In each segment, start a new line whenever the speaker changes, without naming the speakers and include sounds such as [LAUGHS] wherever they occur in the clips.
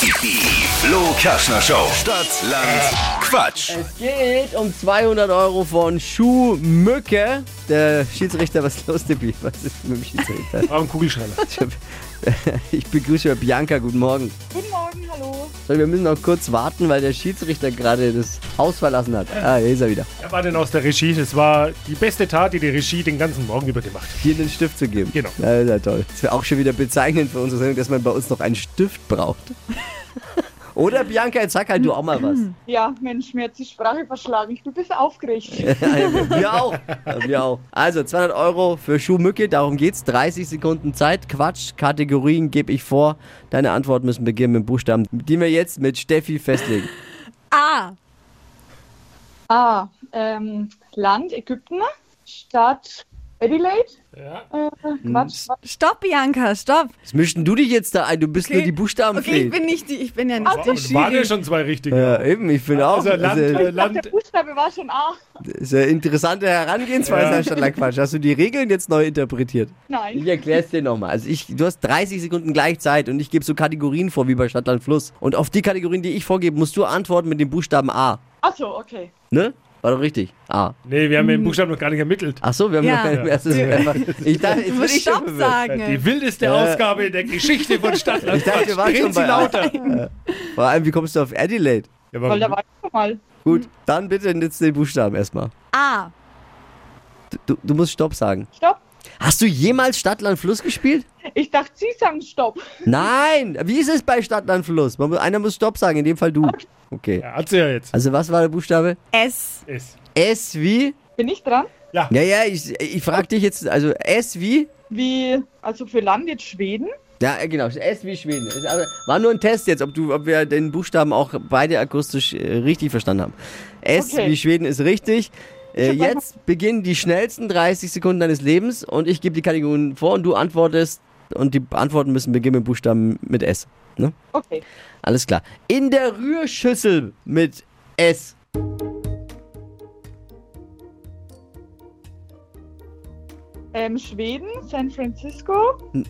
Die Flo Kaschner Show. Stadt, Land, Quatsch.
Es geht um 200 Euro von Schuhmücke. Der Schiedsrichter, was ist los, Tippi? Was ist mit dem
[LAUGHS]
Schiedsrichter?
Warum Kugelschreiber?
[LAUGHS] Ich hab- äh, Ich begrüße Bianca, guten Morgen.
Guten Morgen, hallo.
So, wir müssen noch kurz warten, weil der Schiedsrichter gerade das Haus verlassen hat. Ah, hier ist er wieder.
Wer war denn aus der Regie? Das war die beste Tat, die die Regie den ganzen Morgen über gemacht hat.
Hier den Stift zu geben.
Genau.
Ja, ist ja toll. Das wäre auch schon wieder bezeichnend für unsere Sendung, dass man bei uns noch einen Stift
[LAUGHS]
braucht. Oder Bianca, jetzt sag halt du auch mal was.
Ja, Mensch, mir hat die Sprache verschlagen. Ich bin ein bisschen aufgeregt.
wir auch. Wir auch. Also 200 Euro für Schuhmücke, darum geht's. 30 Sekunden Zeit. Quatsch, Kategorien gebe ich vor. Deine Antwort müssen beginnen mit Buchstaben, die wir jetzt mit Steffi festlegen.
A.
Ah, ähm, Land Ägypten, Stadt Adelaide. Äh, Quatsch, was?
Stopp, Bianca, stopp.
Was mischen du dich jetzt da ein? Du bist nur die Buchstaben
Okay, ich
fehlen.
bin nicht die, ich bin ja nicht die
Und waren ja
Jury.
schon zwei richtige.
Ja, eben, ich finde auch.
Also Land,
also,
äh,
Ich glaub, der
Land,
Buchstabe war schon ah, A.
ist eine interessante Herangehensweise
Ja.
an Stadtlandquatsch. Hast du die Regeln jetzt neu interpretiert? Ich
Nein.
erklär's dir nochmal. Also ich, du hast 30 Sekunden gleich Zeit und ich gebe so Kategorien vor wie bei Stadtland Fluss. Und auf die Kategorien, die ich vorgebe, musst du antworten mit dem Buchstaben A.
Ach so, okay.
Ne? War doch richtig. A.
nee, wir haben
Hm.
den Buchstaben noch gar nicht ermittelt.
Ach so, wir haben
Ja.
noch keine. Also, einfach, ich dachte, jetzt
Du
bin
musst
ich schon
Stopp
verwirrt.
Die
sagen.
wildeste Ausgabe in der Geschichte von Stadtland.
Ich dachte, wir waren schon
Drehen Sie
bei
lauter.
Vor allem, wie kommst du auf Adelaide?
Ja,
Weil da
aber
war ich schon mal.
Hm.
Gut, dann bitte jetzt den Buchstaben erstmal.
A.
Du- Du, du musst Stopp sagen.
Stopp.
Hast du jemals Stadtland Fluss gespielt?
Ich dachte, Sie sagen Stopp.
Nein! Wie ist es bei Stadtland Fluss? Man muss, einer muss Stopp sagen, in dem Fall du. Okay.
ja, hat sie ja jetzt.
Also, was war der Buchstabe?
S.
Ist.
S wie?
Bin ich dran?
Ja, ja, ich, ich frag dich jetzt, also S wie?
Wie, also für Land jetzt Schweden?
Ja, äh, genau, S wie Schweden. Ist aber- War nur ein Test jetzt, ob, du, ob wir den Buchstaben auch beide akustisch äh, richtig verstanden haben. S
Okay.
wie Schweden ist richtig. Äh,
Ich hab
jetzt beginnen die schnellsten 30 Sekunden deines Lebens und ich gebe die Kategorien vor und du antwortest und die Antworten müssen beginnen mit Buchstaben mit S. Ne?
Okay.
Alles klar. In der Rührschüssel mit S.
Ähm, Schweden, San Francisco. Hm.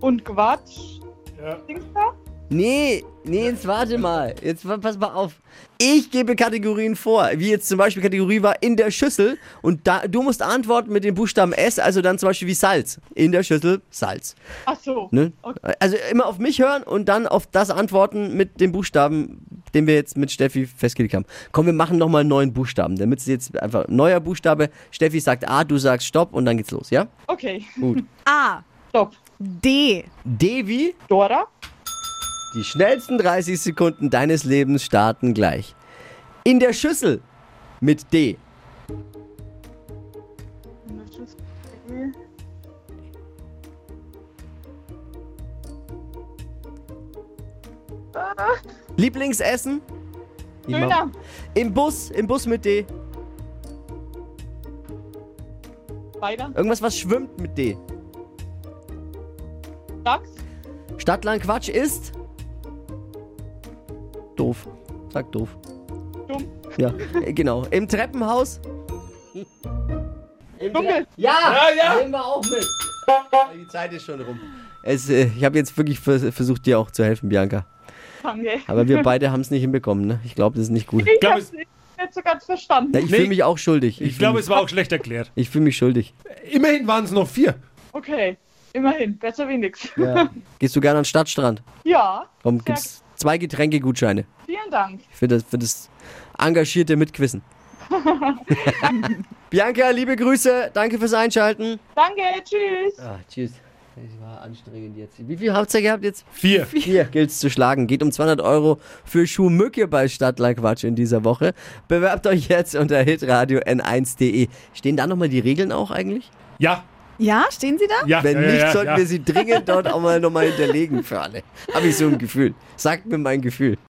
Und Quatsch.
Ja.
Dings da?
Nee, nee, jetzt warte mal. Jetzt wa- pass mal auf. Ich gebe Kategorien vor, wie jetzt zum Beispiel Kategorie war in der Schüssel und da, du musst antworten mit dem Buchstaben S, also dann zum Beispiel wie Salz. In der Schüssel Salz.
Ach so.
Ne?
Okay.
Also immer auf mich hören und dann auf das antworten mit dem Buchstaben, den wir jetzt mit Steffi festgelegt haben. Komm, wir machen nochmal einen neuen Buchstaben, damit es jetzt einfach neuer Buchstabe. Steffi sagt A, du sagst Stopp und dann geht's los, ja?
Okay.
Gut.
A.
Stopp.
D.
D wie?
Dora?
Die schnellsten 30 Sekunden deines Lebens starten gleich. In der Schüssel mit D. Lieblingsessen? Die Mama-
Döner.
Im Bus, im Bus mit D.
Weiter.
Irgendwas, was schwimmt mit D.
Dachs.
Stadtland Quatsch ist? Doof. Sag doof.
Dumm.
Ja, äh, genau. Im Treppenhaus? Im
Dunkel.
ja, ja, nehmen wir auch mit. Die Zeit ist schon rum. Es, äh, ich habe jetzt wirklich vers versucht, dir auch zu helfen, Bianca.
Danke.
Aber wir beide haben es nicht hinbekommen, ne? Ich glaube, das ist nicht gut.
Ich
glaub,
hab's
es-
nicht so ganz verstanden.
Ja, ich
Nee.
fühle mich auch schuldig.
Ich
fühl
glaube,
mich-
es war auch schlecht erklärt.
ich fühle mich schuldig.
Immerhin waren es noch vier.
Okay, immerhin, besser wie nix.
Gehst du gerne an den Stadtstrand?
[LAUGHS] Ja,
Komm,
Sehr
gibt's zwei Getränkegutscheine
vielen Dank.
für das, für das engagierte Mitquissen. Bianca, liebe Grüße, danke fürs Einschalten.
Danke, tschüss.
Ah, tschüss. Das war anstrengend jetzt. Wie viel habt ihr gehabt jetzt?
Vier.
Hier gilt's zu schlagen. Geht um 200 Euro für Schuhmücke bei Stadtlandquatsch in dieser Woche. Bewerbt euch jetzt unter hitradio n1.de. Stehen da nochmal die Regeln auch eigentlich?
Ja.
Ja, stehen Sie da?
Ja,
Wenn
ja,
nicht,
ja,
sollten
ja.
wir sie dringend dort auch mal nochmal hinterlegen für alle. Habe ich so ein Gefühl. Sagt mir mein Gefühl.